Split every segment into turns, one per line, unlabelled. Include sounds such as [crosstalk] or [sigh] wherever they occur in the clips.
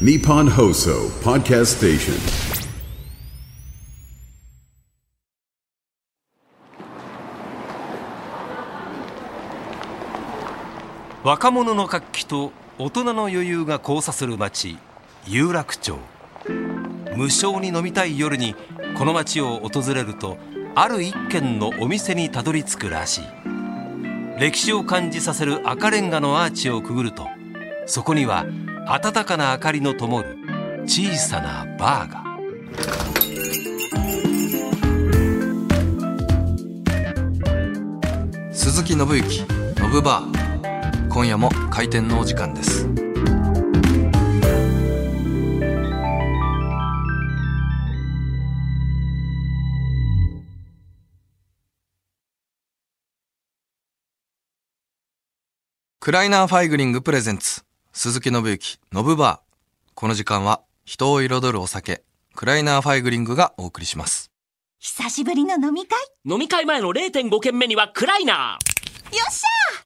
Nippon Hoso Podcast Station.
若者の活気と大人の余裕が交差する街有楽町無償に飲みたい夜にこの街を訪れるとある一軒のお店にたどり着くらしい歴史を感じさせる赤レンガのアーチをくぐるとそこには暖かな明かりの灯る小さなバーが
鈴木信之ノブバー今夜も開店のお時間ですクライナーファイグリングプレゼンツ鈴木信之ノブバーこの時間は人を彩るお酒クライナーファイグリングがお送りします
久しぶりの飲み会
飲み会前の0.5軒目にはクライナ
よっしゃ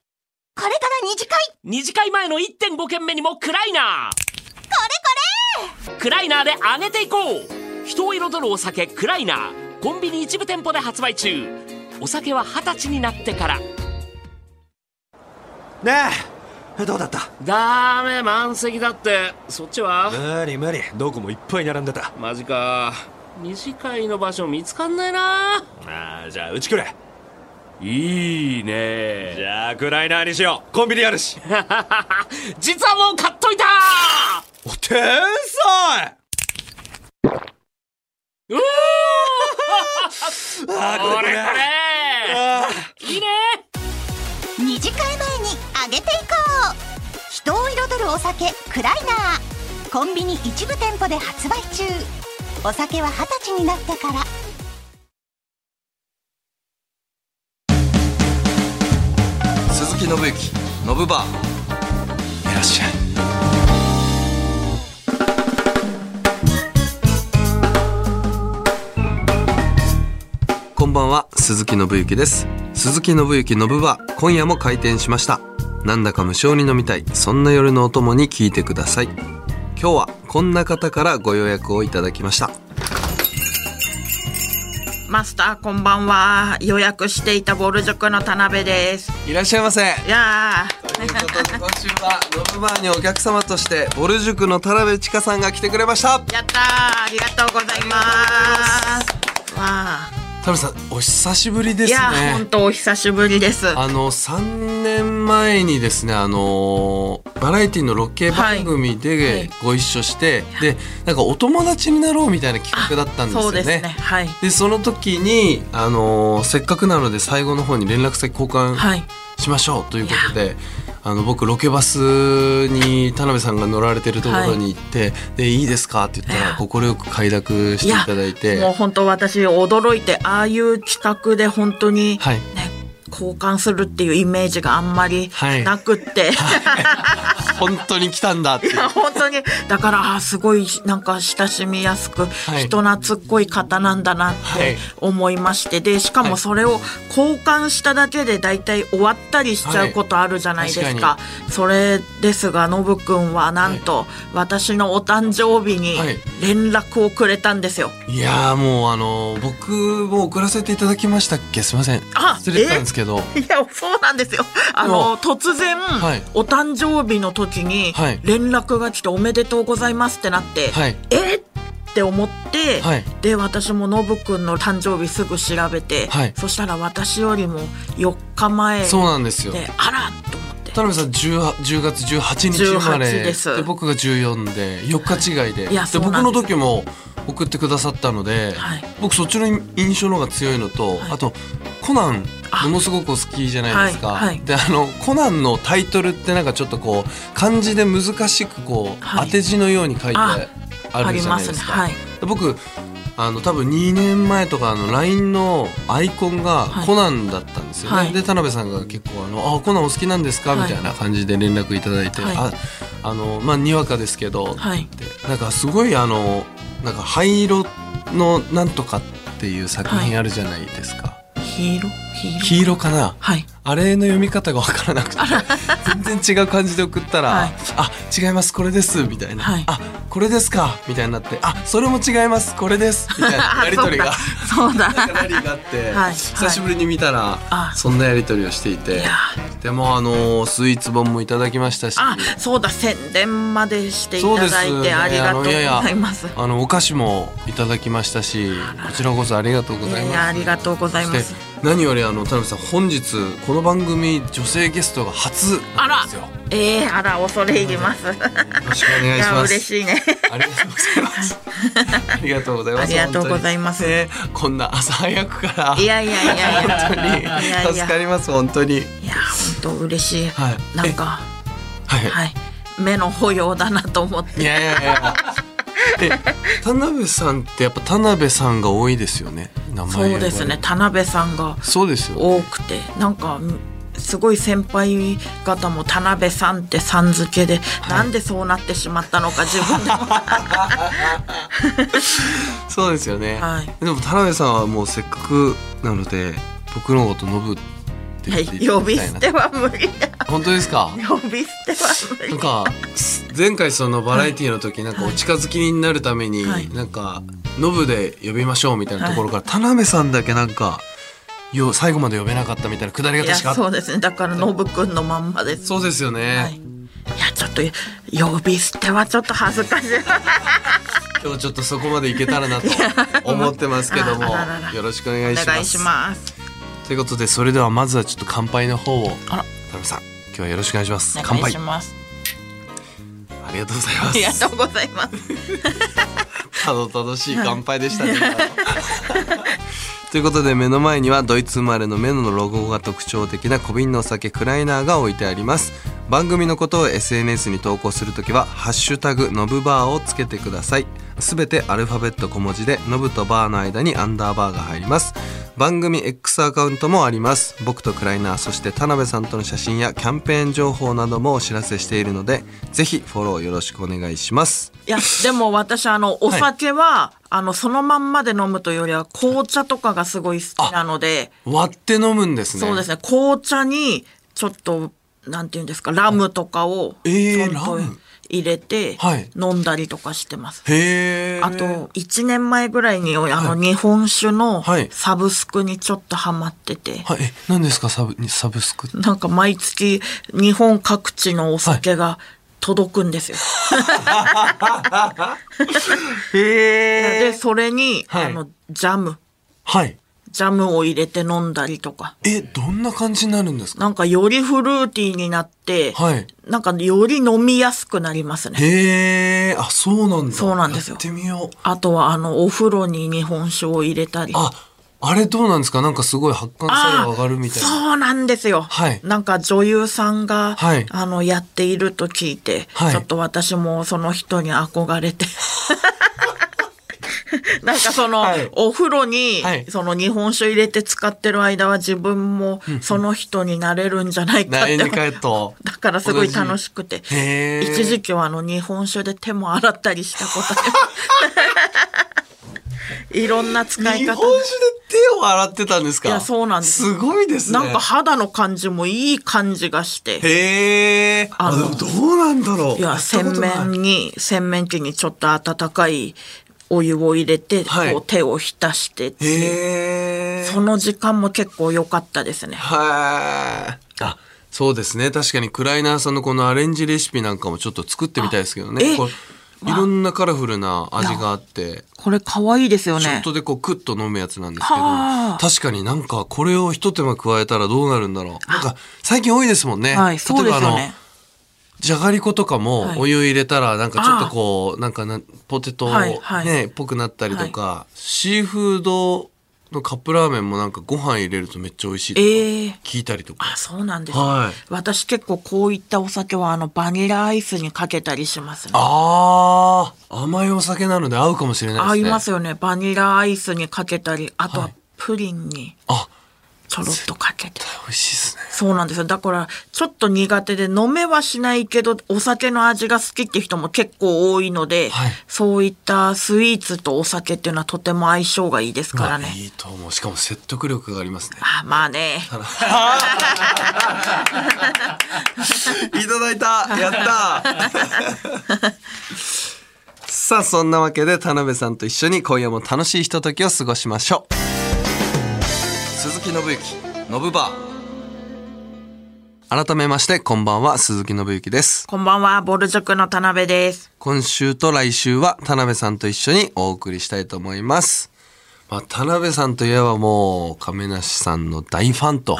これから二次会
ー二次会前の1.5軒目にもクライナーこれこれクライナーで上げていこう人を彩るお酒クライナーコンビニ一部店舗で発売中お酒は二十歳になってから
ねえどうだった
ダメ満席だってそっちは
無理無理どこもいっぱい並んでた
マジか二次会の場所見つかんないな
あーじゃあうちくれ
いいね
じゃあクライナーにしようコンビニあるし
[laughs] 実はもう買っといた
お天才
うわ
あー
これこれ
あ
いいね
二次会前にあげていこう人を彩るお酒クライナーコンビニ一部店舗で発売中お酒は二十歳になってから
鈴木信之ノブバーいらっしゃいこんばんは鈴木信之です鈴木信之ノブバー今夜も開店しましたなんだか無償に飲みたいそんな夜のお供に聞いてください今日はこんな方からご予約をいただきました
マスターこんばんは予約していたボール塾の田辺です
いらっしゃいませ
いや
ということで [laughs] 今週はノブバーにお客様としてボル塾の田辺千佳さんが来てくれました
ーやったーありがとうございますわあ
田辺さんお久しぶりで
い
す
やー本
ね
当お久しぶりです
あの3年前にですねあのーバラエティのロケ番組
は
で
い
ご一緒して、でなんかお友達になろうみたいな企画だったんですよね
そうですねはい
でその時にあのーせっかくなので最後の方に連絡先交換
はい
しましょうということで。あの僕ロケバスに田辺さんが乗られてるところに行って「でいいですか?」って言ったら快く快諾していただいて
もう本当私驚いてああいう企画で本当に、ね
はい
交換するっていうイメージがあんまり
はい
なくって、
本当に来たんだって
いや [laughs] 本当にだからあすごいなんか親しみやすく、
い
人懐っこい方なんだなっ
はい
て思いまして、でしか
はい
もそれを交換しただけで大体終わったりしちゃうことあるじゃないです
はい確
か、それですがノブくんはなんと、私のお誕生日に
はい
連絡をくれたんですよ。
いやーもうあのー僕も送らせていただきましたっけすいません
あ
忘れてたんですけど
[laughs] いやそうなんですよあの突然、
い
お誕生日の時に
はい
連絡が来て「おめでとうございます」ってなって、
はい
えっって思って、
はい
で私もノブくんの誕生日すぐ調べて、
はい
そしたら私よりも4日前
そうなんですよ
であらと思って
田辺さん 10, 10月18日生まれ
18です
僕が14で4日違いで
いや
で
そう
僕
なんです
の時も送ってくださったので、
はい
僕そっちの印象の方が強いのと、
はい
あとコナン
あ
ものすごくお好きじゃないですか、
はいはい
であのコナンのタイトルってなんかちょっとこう漢字で難しくこう、
はい
当て字のように書いてある
あり
じゃ
ま
ない
す
で
ね
すか。
はい
で僕あの多分2年前とかあの LINE のアイコンが
はい
コナンだったんですよね、
はい
で田辺さんが結構あの「あコナンお好きなんですか?」み
はい
たいな感じで連絡いただいて「
はい
ああのまあにわかですけど」
はい
ってなんかすごいあのなんか灰色のなんとかっていう作品あるじゃないですか、
ヒーロー
黄色かな
はい。
あれの読み方が分からなくて全然違う感じで送ったら「
はい
あ違いますこれです」みたいな「
はい
あこれですか」みたいになって「あそれも違いますこれです」みたいな
[laughs]
やり取りが。
そうだ。そうだ
ラリーがあって、
はい
久しぶりに見たら、
あ
そんなやり取りをしていてでもあのースイーツ本もいただきましたし
あ、そうだ。宣伝までしていただいてありがとうございます。
あのややあのお菓子もいただきましたしこちらこそありがとうご
い
ざ
や
い
い
ます
やありがとうございます
そし。て何よりあの田辺さん本日この番組女性ゲストが初なんですよ
えー、あら恐れ入ります。よ
よろしくお願いします
嬉しいね。
ありがとうございますありがとうございます
ありがとうございま
本
す
当にねこんな朝早くから
いやいやいやいや。
本当に
いやいや
助かります本当に
いや本当嬉しい。
はい
なんか
はい、
はい目の保養だなと思っ
い、
て。
やいやいやえ田辺さんってやっぱ田辺さんが多いですよね名前
そ
呼ばれ
うですね田辺さんが
そうですよね
多くてなんか。すごい先輩方も田辺さんってさん付けで、なんでそうなってしまったのか自分でも
[laughs] そうですよね、
はい
でも田辺さんはもうせっかくなので僕のことノブって言っていた
呼
だき
び
たい
捨
な
ては無理だ
本当ですか
呼び捨ては無理
なんか前回そのバラエティの時なんかお近づきになるために
はい
なんかノブで呼びましょうみたいなところから田辺さんだけなんかよ最後まで呼べなかったみたいなくだりが
いや
確かあった
そうですねだからノブくんのまんまです
そうですよね、
はい、いやちょっと呼び捨てはちょっと恥ずかしい
今日ちょっとそこまでいけたらなと [laughs] 思ってますけども
あららら
よろしくお願い
お
し
願
ま
いし
す。
ます
ということでそれではまずはちょっと乾杯の方を
あら
田辺さん今日はよろしくお願いします
お
乾
願
杯
いします
ありがとうございま
ありが
す
とうございます
たどたどしい乾杯でしたね [laughs] ということで目の前にはドイツ生まれのメノのロゴが特徴的な小瓶のお酒クライナーが置いてあります番組のことを SNS に投稿するときは「ハッシュタグノブバー」をつけてくださいすべてアルファベット小文字でノブとバーの間にアンダーバーが入ります番組 X アカウントもあります僕とクライナーそして田辺さんとの写真やキャンペーン情報などもお知らせしているのでぜひフォローよろしくお願いします
いやでも私あのお酒は、あのそのまんまで飲むというよりは紅茶とかがすごい好きなので、
割って飲むんですね
そうですね紅茶にちょっとなんていうんですかラムとかを
えー
ちょっと
ラム
入れて
はい
飲んだりとかしてます。
へえ。
あと、1年前ぐらいにあの日本酒の
はい
サブスクにちょっとハマってて、
はい、え、何ですかサブサブスクって。
なんか毎月日本各地のお酒が届くんですよ。
[laughs] へ
で、。それに、
はい
あの、ジャム、
はい。
ジャムを入れて飲んだりとか。
え、どんな感じになるんですか。
なんかよりフルーティーになって、
はい
なんかより飲みやすくなりますね。
へえ。あ、そうなんだ。
そうなんですよ
やってみよう。
あとはあの、お風呂に日本酒を入れたり。
あ、あれどうなんですか。なんかすごい発汗作
あ
用上がるみたいな。
そうなんですよ。
はい
なんか女優さんが、
はい
あの、やっていると聞いて、
はい
ちょっと私もその人に憧
[laughs]
れて。なんかその、
はい
お風呂に、
はい
その日本酒入れて使ってる間は自分もその人になれるんじゃないかっ
な [laughs]
て。 [laughs]
えに帰っと。
だからすごい楽しくて。
へー
一時期はあの日本酒で手も洗ったりしたことあ
[laughs]
ります [laughs] いろんな使い
日
方
本
で
酒で手を洗ってたんですか。
いやそうなんです
すごいですね。
なんか肌の感じもいい感じがして。
へえ。あ、
あ
で
の
もどうなんだろう。
いや、
った
洗
ことない
面に、洗面器にちょっと温かいお湯を入れて、
はい
こう手を浸してっていう
へえ。
その時間も結構良かったですね。
はい。あ、そうですね。確かにクライナーさんのこのアレンジレシピなんかもちょっと作ってみたいですけど
あ
ね。
え
これいろんなカラフルな味があって、
これ可愛いですよ
ちょっ
ね。
とでこうクッと飲むやつなんですけど
はあ、
確かになんかこれを一手間加えたらどうなるんだろう。なんか最近多いですもんね。
はい、そうですよね。
じゃがりことか
は
も
い
お湯入れたらなんかちょっとこうなんかなポテトを
はいはい
ねっぽくなったりとかシーフードのカップラーメンもなんかご飯入れるとめっちゃ美味しいとか
ええ
聞いたりとか
あ、そうなんですね、
はい
私結構こういったお酒はあのバニラアイスにかけたりしますね。
ああ甘いお酒なので合うかもしれないです
合
ね
いますよね。バニラアイスにかけたり、あとは
はい
プリンに
あ
ちょろっとかけて。
美味しいですね
そうなんですよ。だから、ちょっと苦手で飲めはしないけど、お酒の味が好きって人も結構多いので、
はい
そういったスイーツとお酒っていうのはとても相性がいいですからね。
いいと思うしかも説得力がありますね
あまあね。
いただいたやった [laughs] さあそんなわけで田辺さんと一緒に今夜も楽しいひとときを過ごしましょう鈴木信之のぶバー改めましてこんばんは鈴木信之です
こんばんは、ボル塾の田辺です。
今週と来週は田辺さんと一緒にお送りしたいと思います。まあ、田辺さんといえばもう亀梨さんの大ファンと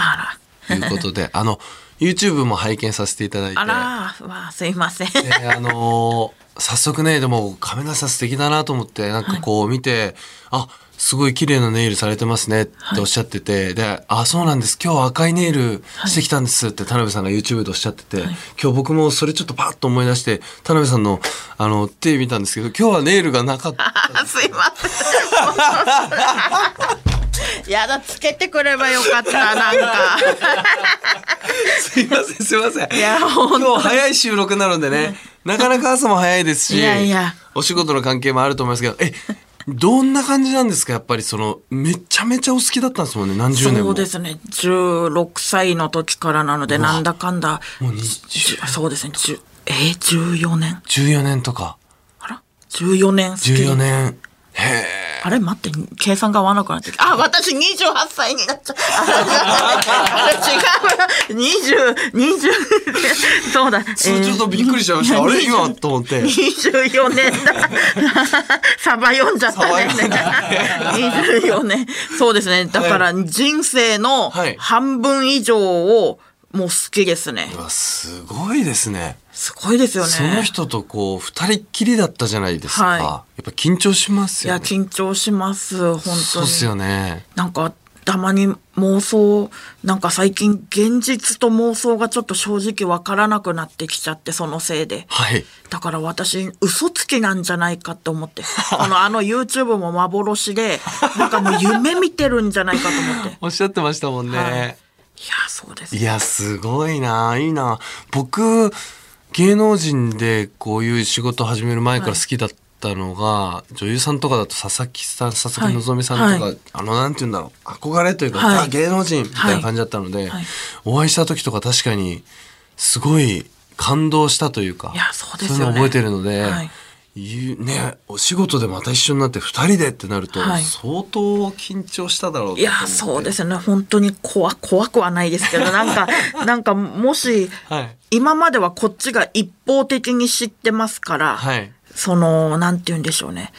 いうことで、あの、YouTube も拝見させていただいて、
あらー、まあすいません。
であのー早速ね、でも亀梨さん素敵だなと思って、なんかこう見て、あ、すごい綺麗なネイルされてますねっておっしゃってて、で、あ、そうなんです。今日赤いネイルしてきたんですって田辺さんが YouTube でおっしゃってて、今日僕もそれちょっとパッと思い出して、田辺さんの、あの、手見たんですけど、今日はネイルがなかった。
あ [laughs] すいません。やだ、つけてくればよかった、なんか。
すいません、すいません。
いやほんと
今日早い収録なのでね、なかなか朝も早いですし、
[laughs] いやいや
お仕事の関係もあると思いますけど、え、どんな感じなんですかやっぱりその、めちゃめちゃお好きだったんですもんね、何十年も。
そうですね。16歳の時からなので、なんだかんだ。
もう20
そうですね。10えー、14年
14年とか、
あら ?14 年好き。
14年。
あれ待って、計算が合わなくなってきた。あ、私28歳になっちゃった。あ違う。20、20、そうだ。
それちょっとびっくりしちゃいました。あれ今と思って。
24年だ。 [laughs] サバ読んじゃった
サ
ね。
バ読んだ
24年。そうですね。だから人生の
はい
半分以上をもう好きですね。
うわすごいですね。
すごいですよね。
その人とこう、二人っきりだったじゃないですか。
はい
やっぱ緊張します
い
よ
や、
ね。
緊張します。本当に。
そうですよね。
なんか、たまに妄想、なんか最近現実と妄想がちょっと正直わからなくなってきちゃって、そのせいで。
はい。
だから私、嘘つきなんじゃないかって思 [laughs] って。あの、あの YouTube も幻で、なんかもう夢見てるんじゃないかと [laughs] 思って。い
おっしゃってましたもんね。
はいや、そうです。
いや、すごいな、いいな。僕、芸能人でこういう仕事始める前から好きだったのが、女優さんとかだと佐々木さん、佐々木希さんとか、
はい
あの、なんて言うんだろう、憧れというか、
はい
あ芸能人みたいな感じだったので、
はい
お会いした時とか確かに、すごい感動したというか、
いやそうです
い
よね
のを覚えてるので、
はい
いうね、お仕事でまた一緒になって二人でってなると、
はい
相当緊張しただろう
いや、そうですね。本当に怖、怖くはないですけど、なんか、なんか、もし、
はい
今まではこっちが一方的に知ってますから、
はい
その、なんて言うんでしょうね。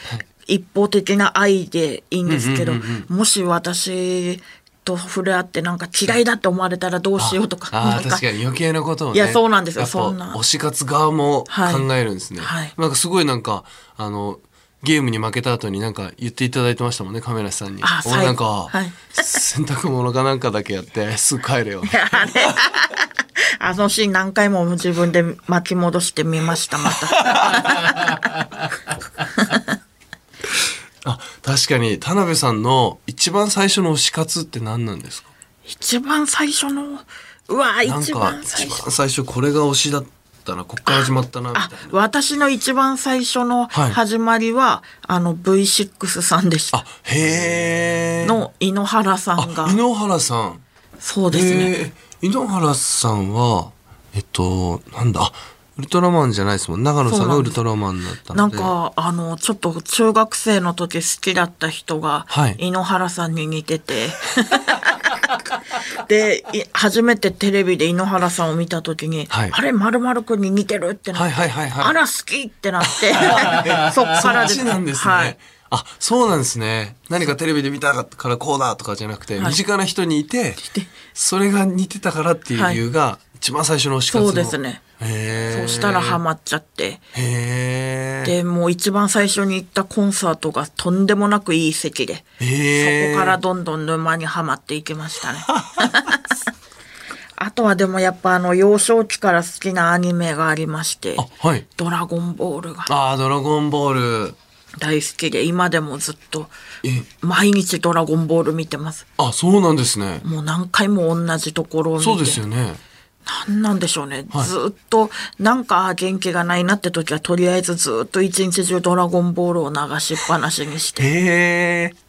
一方的な愛でいいんですけど、もし私と触れ合ってなんか嫌いだって思われたらどうしようとか。
ああ
なん
ー確かに余計なことをね
いやそうなんですよ
やっぱ
そんな
推し活側も
はい
考えるんですね、
はい
なんかすごいなんかあのゲームに負けた後になんか言っていただいてましたもんね亀梨さんに
あ
俺
最
なんか、
はい
洗濯物かなんかだけやって [laughs] すぐ帰れよ
あれ [laughs] あのシーン何回も自分で巻き戻してみました、
[laughs]
また。
あ確かに田辺さんの一番最初の推し活って何なんですか
一番最初の、うわー
なん
一
か
番最
一
初。
番最初これが推しだったなこっから始まったなみたい
あ、私の一番最初の
はい
始まりは、あの V6 さんでした
な。あへえ
の井ノ原さんが
あ井。ノ原さん
そうですね。
えー井ノ原さんはえっとなんだあウルトラマンじゃないですもん長野さんが
そうな
ウ
んで
ル
す
トラマンだった
な
の
ん
で
か、あの、ちょっと中学生の時好きだった人が、
はい
井ノ原さんに似てて。 [laughs] で、い初めてテレビで井ノ原さんを見た時に、
はい
あれ、まるまるくんに似てるってなって、
はいはいはいはい
あら、好きって
[laughs]
なって、そっから
そっちなんですね、
はい。
あそうなんですね何かテレビで見たからこうだとかじゃなくて、
はい
身近な人にいてそれが似てたからっていう理由が、一番最初の推し活の
そうですね
へえ
そうしたらハマっちゃって。
へえ
で、もう一番最初に行ったコンサートがとんでもなくいい席で。
へえ
そこからどんどん沼にはまっていきましたね。 [laughs] あとはでもやっぱあの幼少期から好きなアニメがありまして、
あはい
ドラゴンボールが。
あードラゴンボール
大好きで今でもずっと毎日「ドラゴンボール」見てます
あ、そうなんですね。
もう何回も同じところを見て
そうですよね。
なんなんでしょうね、ずっとなんか元気がないなって時はとりあえずずっと一日中「ドラゴンボール」を流しっぱなしにして
へ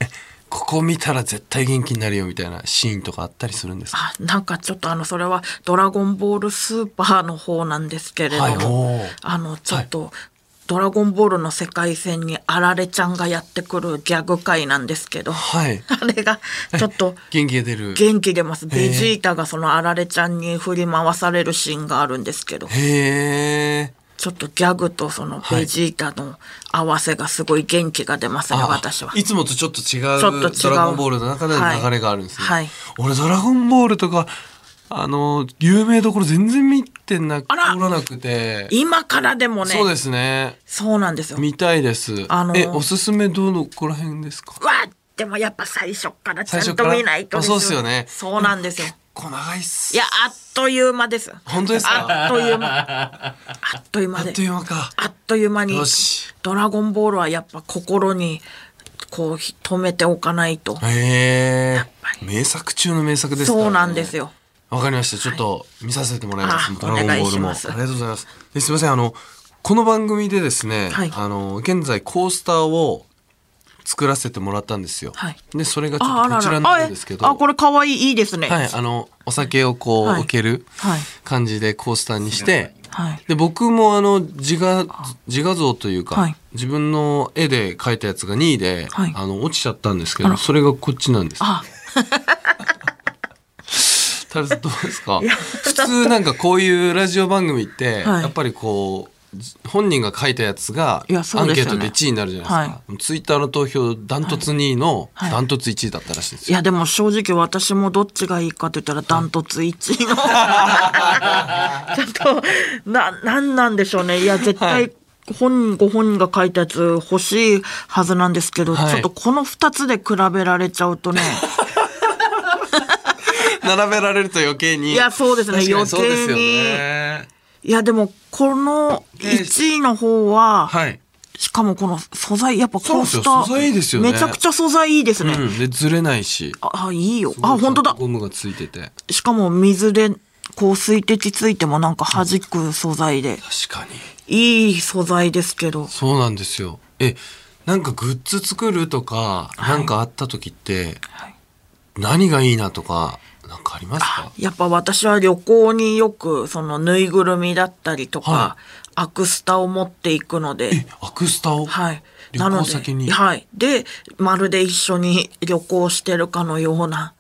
え。ここ見たら絶対元気になるよみたいなシーンとかあったりするんですか
あなんかちょっとあのそれは「ドラゴンボールスーパー」の方なんですけれども、
はいおー
あのちょっと。ドラゴンボールの世界線にあられちゃんがやってくるギャグ界なんですけど、
はい。
あれがちょっと
元気が出る。
[laughs] 元気出ます。ベジータがそのあられちゃんに振り回されるシーンがあるんですけど、
へえ。
ちょっとギャグとそのベジータの合わせがすごい元気が出ますね、
あ
私は。
いつもとちょっと違う
ちょっと違う
ドラゴンボールの中での流れがあるんですね、
はいはい
俺ドラゴンボールとかあの有名どころ全然見てなく
あら
おらなくて、
今からでもね、
そうですね
そうなんですよ。
見たいです、
あの
えおすすめどのこら辺ですか
わでもやっぱ最初からち
最
ゃ
初
ん
か
と
ら
見ないと
あそうっすよね
そうなんですよ。
こう長いっす
いや、あっという間です。
本当ですか
あっという間。あっという間
あっ
で
と。いう間か
あっという間に
よし。
ドラゴンボールはやっぱ心に、こう、ひ止めておかないと。
へえ
ぱり
名作中の名作ですから、ね、
そうなんですよ。
わかりました。ちょっと見させてもらいます。
あ
ドラゴンボ
お願
ー
いし
ルも。あ
ま
り
す
がとうございます。ですみません。あの、この番組でですね、
はい
あの、現在コースターを作らせてもらったんですよ。
はい
で、それがちょ
あ
っ
あ
と
ら
こちら
ら
に
ら
な
あ
るん
え
ですけど。
あ、これ可愛い、いいですね。
はい、あの、お酒をこう、
はい
置ける
はい
感じでコースターにして、
はい。
で、僕もあの、自画、自画像というか、
はい
自分の絵で描いたやつが2位で、
はい
あの、落ちちゃったんですけ
あ
ど、
ら
それがこっちなんです。
あ、
タルさんどうですか普通なんかこういうラジオ番組って、
はい
やっぱりこうじ本人が書いたやつが
いやそ
ア
う
ン
です
ケ
よ
ート
ね
で1位になるじゃないですか、ツイッターの投票ダントツ2位の
はい
ダントツ1位だったらしいんです
い
よ、
やでも正直私もどっちがいいかって言ったらダントツ1位
[laughs]
の。ちょっと、な、なんなんでしょうね。いや絶
はい
対本、ご本人が書いたやつ欲しいはずなんですけど、
はい
ちょっとこの2つで比べられちゃう
[laughs]
とね。
並べられると余計に
いやそうですね
確かそうですよね
余いやでもこの1位の方は、
はい、
しかもこの素材、やっぱコースタ
そうですよ素材いいです
ー、
よね
めちゃくちゃ素材いいですね。
うん、でずれないし
あ、あいいよ。あ、本当だ。
ゴムがついてて
しかも水で、こう水滴ついてもなんか弾く素材で、
確かに
いい素材ですけど。
そうなんですよえなんかグッズ作るとか、なんかあった時って、
はい
何がいいなとかなんかありますか
やっぱ私は旅行によく、そのぬいぐるみだったりとか、
は
アクスタを持っていくので、
アクスタを、
はい。
旅
なの
行
で
先に。
はい。で、まるで一緒に旅行してるかのよ
[laughs]
うな。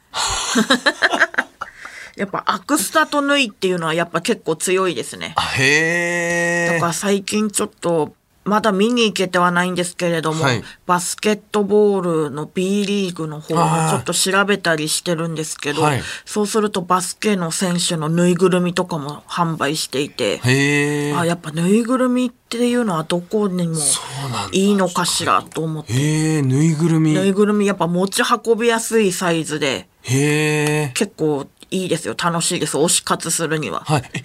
やっぱアクスタと縫いっていうのはやっぱ結構強いですね。
あへ
だ
え。
から最近ちょっと、まだ見に行けてはないんですけれども、
はい
バスケットボールの B リーグの方を
あー
ちょっと調べたりしてるんですけど、
はい
そうするとバスケの選手のぬいぐるみとかも販売していて、
へえ。
あやっぱぬいぐるみっていうのはどこにも
そうなんだ
いいのかしらと思って、
へえ、ぬいぐるみ。
ぬい
へ
ぐるみやっぱ持ち運びやすいサイズで
え。
結構いいですよ、楽しいです、推し活するには。
はい。え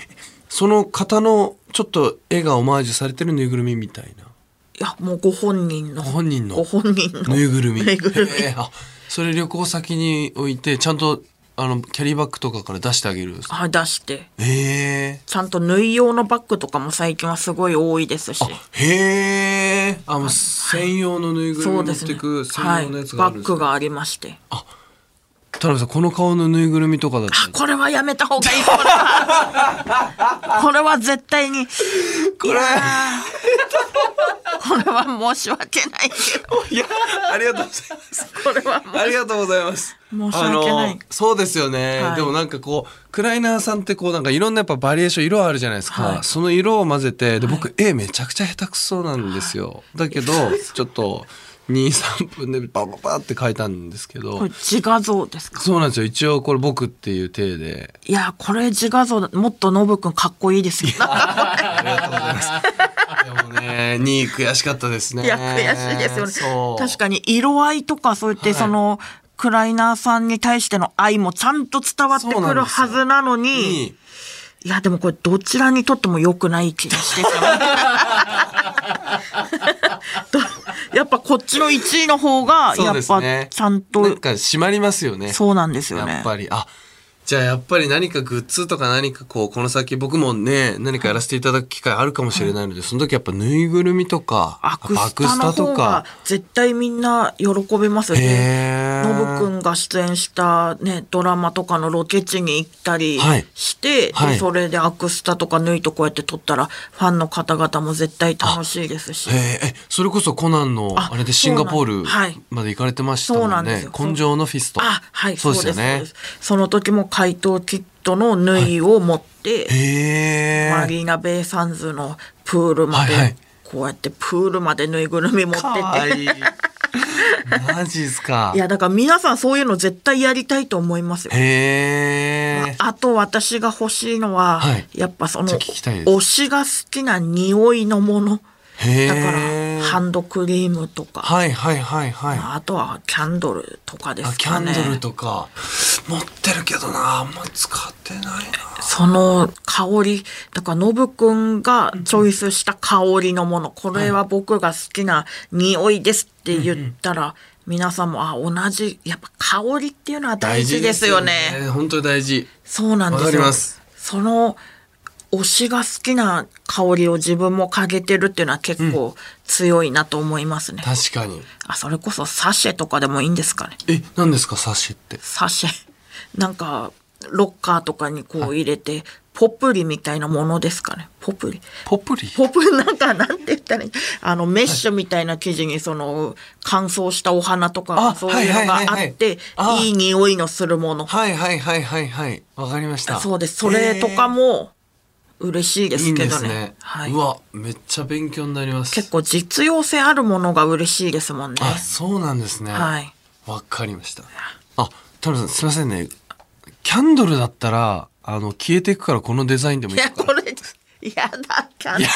その方のちょっと絵がオマージュされてるぬいぐるみみたいな。
いや、もうご本人の。
ご本人の
ご本人の。
ぬいぐるみ。
ぬいぐるみ。
へえあ、それ旅行先に置いて、ちゃんと、あの、キャリーバッグとかから出してあげるんですか
はい、出して。
へえ。
ちゃんと縫い用のバッグとかも最近はすごい多いですし。
へえ。あ、もう専用のぬいぐるみ
そう
持
で
っ
す
て
ね。
く専
は
用
い。
の
バ
やつがあるん
ッ
です
グが
か
ありまして。
田辺さん、この顔のぬいぐるみとかだったら
あ、これはやめた方がいい。これは。これは絶対に。これ。これは申し訳ないけど。
いや、ありがとうございます。
これは
ありがとうございます。
申し訳ない
あのそうですよね、
はい
でもなんかこう、クライナーさんってこうなんかいろんなやっぱバリエーション色あるじゃないですか。
はい
その色を混ぜて、で、僕、絵めちゃくちゃ下手くそなんですよ。だけど、ちょっと、2、3分でバババって書いたんですけ
こ
ど
れ。自画像ですか
そうなんですよ。一応これ僕っていう体で。
いや、これ自画像だ、もっとノブくんかっこいいですよ。
ありがとうございます。でもね、2位悔しかったですね。
いや、悔しいです
そ
よ
う
ね。確かに色合いとかそうやって、
はい
その、クライナーさんに対しての愛もちゃんと伝わって
そうな
く
んです
る
よ
はずなの
に
に、いや、でもこれどちらに
[laughs]
とっても良くない気がしてしまうどやっぱの1位の方が、
そ
や
うで
っ
す
ぱ
ね
ちゃんと、
なんか締まりますよね。
そうなんですよね。
やっぱり。あ、じゃあやっぱり何かグッズとか何かこう、この先僕もね、何かやらせていただく機会あるかもしれないので、その時やっぱぬいぐるみとか、
アクスタ
やっぱ
の方が。絶対みんな喜びますよ
へ
ね。
ー
ノブくんが出演したね、ドラマとかのロケ地に行ったり
はい
して、で
はい
それでアクスタとか縫いとこうやって撮ったら、ファンの方々も絶対楽しいですし
へ。ええ、それこそコナンの、
あ
あれでシンガポー
そう
ル
なんはい
まで行かれてました
そう
も
なんんです
ね
よ。
根性のフィスト。
あ、はい、
そ
そうう
で
で
よ
すすそう
ね
で。すその時も怪盗キットの縫いを持って、
へ
マ
え。
リーナ・ベイ・サンズのプールまで、
はいはい
こうやってプールまでぬいぐるみ持って
か
って
わいい。マジですか
い。や、だから皆さんそういうの絶対やりたいと思いますよ。
へえ。
あと私が欲しいのは、
はい
やっぱその、
じゃあ聞きたいです
推しが好きな匂いのもの。
へえ
だから、ハンドクリームとか、
はいはいはいはい。
あとはキャンドルとかで
あ
す
キ
か
ャン
ね。
ドルとか持ってるけどなあんま使ってないな
その香り、だからノブくんがチョイスした香りのもの、これは僕が好きな匂いですって言ったら、皆さんも、あ、同じ、やっぱ香りっていうのは大事ですよね。
よ本当に大事
そうなんですよ。
わかります
その推しが好きな香りを自分も嗅げてるっていうのは結構強いなと思いますね。
確かに
あ、それこそサシェとかでもいいんですかね。
え何ですかサシって
サシェ。 [laughs] なんか、ロッカーとかにこう入れて、ポプリみたいなものですかね。ポプリ。
ポプリ
ポプリなんか、なんて言ったらいいあの、メッシュみたいな生地に、その、乾燥したお花と
あ
か、そういうのが
はいはいはいは
あ
い
って
あ、
いい匂いのするもの。
はいはいはいはいはいわかりました
そうです。それとか
も
も嬉しいです
いいん
け
で
ど
す
ね。
ね。
はいう
わめっちゃ勉強になります
結構実用性あるものが嬉しいですもんね。
あそうなんですね
はい
わかりましたあ田辺さんすいませんねキャンドルだったらあの消えていくからこのデザインでもい
い
いです
や、
か
これ、いやだ、キャンド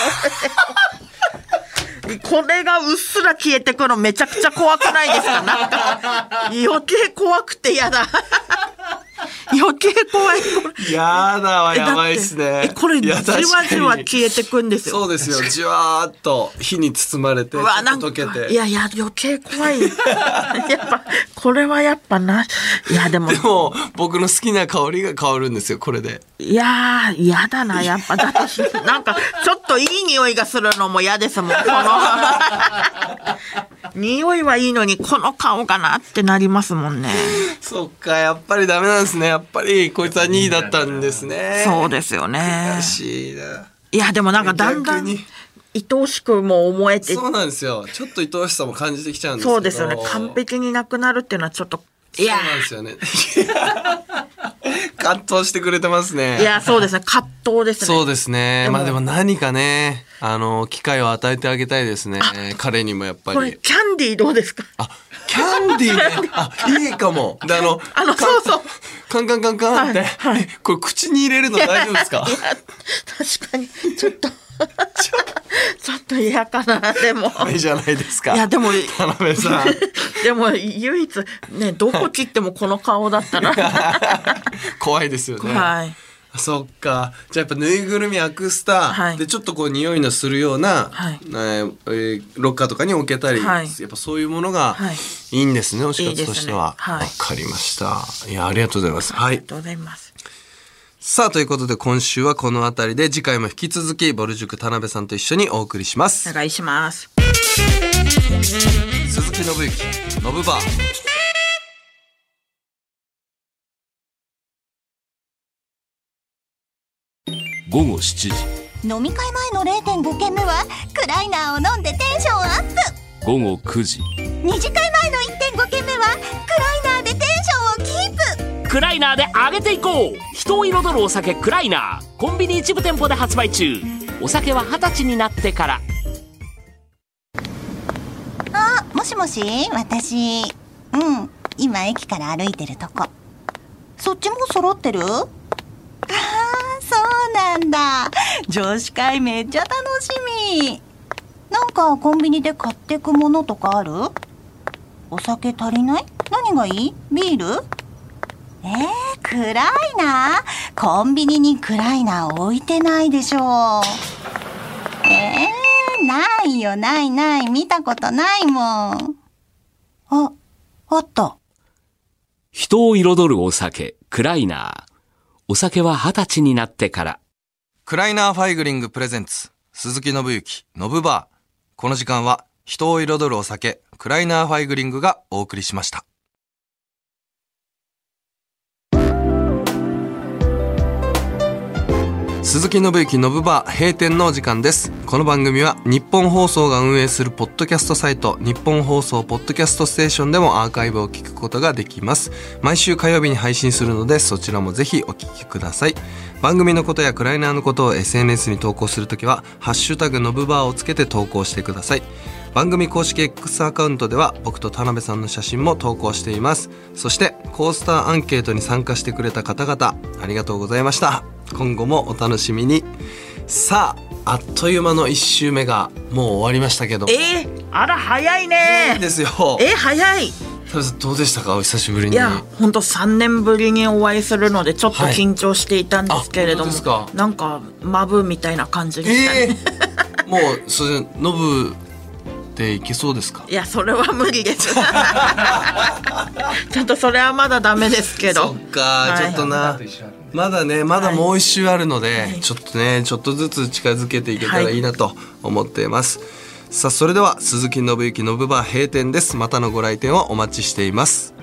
ル。 [laughs] これがうっすら消えてくのめちゃくちゃ怖くないですかなんか、
[laughs]
余計怖くて嫌だ。余計怖い。これ
やだわ、
えだって
やばいっすね
え。これ、
い
じわ
や
じわ消えてくんですよ。
そうですよ。じわーっと火に包まれて、ちょ
う
っ
わ、なん
と
か、
溶けて。
いやいや、余計怖い。や [laughs] っぱ、これはやっぱな、いや、でも、
でも、僕の好きな香りが香るんですよ、これで。
いやー、嫌だな、やっぱ。だって、なんか、ちょっといい匂いがするのも嫌ですもん、こ
[laughs]
の。匂いはいいのに、この顔がなってなりますもんね。
そっか、やっぱりダメなんですね。やっぱり、こいつは2位だったんですね。
そううですよね
ら。しいな。
いや、でもなんか、だんだ
逆
ん、
に
愛おしくも思えて、
そうなんですよ。ちょっと愛おしさも感じてきちゃうんですけど。
そうですよね。完璧になくなるっていうのは、ちょっと、いや
そうなんですよね。葛藤してくれてますね。
ー、いや、そうですね。葛藤ですね。
そうですね。
でも
まあでも何かね、あの、機会を与えてあげたいですね。彼にもやっぱ
これ、
り。
キャンディーどうですか
あ、キャンディーね。あ、いいかも。で、あの、
あの、
カ
そうそう。
カンカンカンカンって、えこれ口に入れるの大丈夫ですか
いや確かにちょっとちょっと嫌かなでも
ダメじゃないですか。
いやでも
田辺
[laughs]
さん。
でも唯一ねどこ切ってもこの顔だっ
[laughs]
たら
怖いですよね。
はい
そっか。じゃあやっぱぬいぐるみアクスタ、
はい
でちょっとこう匂いのするような、
はい
えーえーロッカーとかに置けたり、
はい
やっぱそういうものが
はい
いいんですね、お仕事としては。
いいですねはい
わかりました。いや、ありがとうございます。は
あり
い
が。とうございます
さあ、ということで今週はこの辺りで、次回も引き続き、ぼる塾田辺さんと一緒にお送りします
お。願いします
鈴木信之、ノブバー。
午後7時
飲み会前の0.5軒目はクライナーを飲んでテンションアップ
午後9時
2次会前の1.5軒目はクライナーでテンションをキープ
クライナーで上げていこう人を彩るお酒クライナーコンビニ一部店舗で発売中お酒は二十歳になってから
あもしもし私うん今駅から歩いてるとこそっちも揃ってるああそうなんだ女子会めっちゃ楽しみなんかコンビニで買ってくものとかあるお酒足りない何がいいビールえー、クライナーコンビニにクライナー置いてないでしょうえー、ないよないない見たことないもんあ、あった。
人を彩るお酒、クライナー。お酒は二十歳になってから。
クライナーファイグリングプレゼンツ鈴木信之ノブバーこの時間は人を彩るお酒クライナーファイグリングがお送りしました鈴木信之ノブバー閉店のお時間ですこの番組は日本放送が運営するポッドキャストサイト日本放送ポッドキャストステーションでもアーカイブを聞くことができます毎週火曜日に配信するのでそちらもぜひお聞きください番組のことやクライナーのことを SNS に投稿するときは「ハッシュタグノブバー」をつけて投稿してください番組公式 X アカウントでは僕と田辺さんの写真も投稿していますそしてコースターアンケートに参加してくれた方々ありがとうございました今後もお楽しみにさああっという間の1周目がもう終わりましたけども
えー、あら早い
いい
ね
ですよ
えー、早い
田辺さんどうでしたかお久しぶりに
いやほんと3年ぶりにお会いするのでちょっと
はい
緊張していたんですけれど
あ本当
も、
ですか
なんかマブみたいな感じでしたね、
えーもうそれノブでいけそうですか
いやそれは無理です [laughs] ちょっとそれはまだダメですけど
そっか、
はい
ちょっとなまだねまだもう一周あるので、ちょっとねちょっとずつ近づけていけたらいいなと思っています、さあそれでは鈴木信之信バー閉店ですまたのご来店をお待ちしています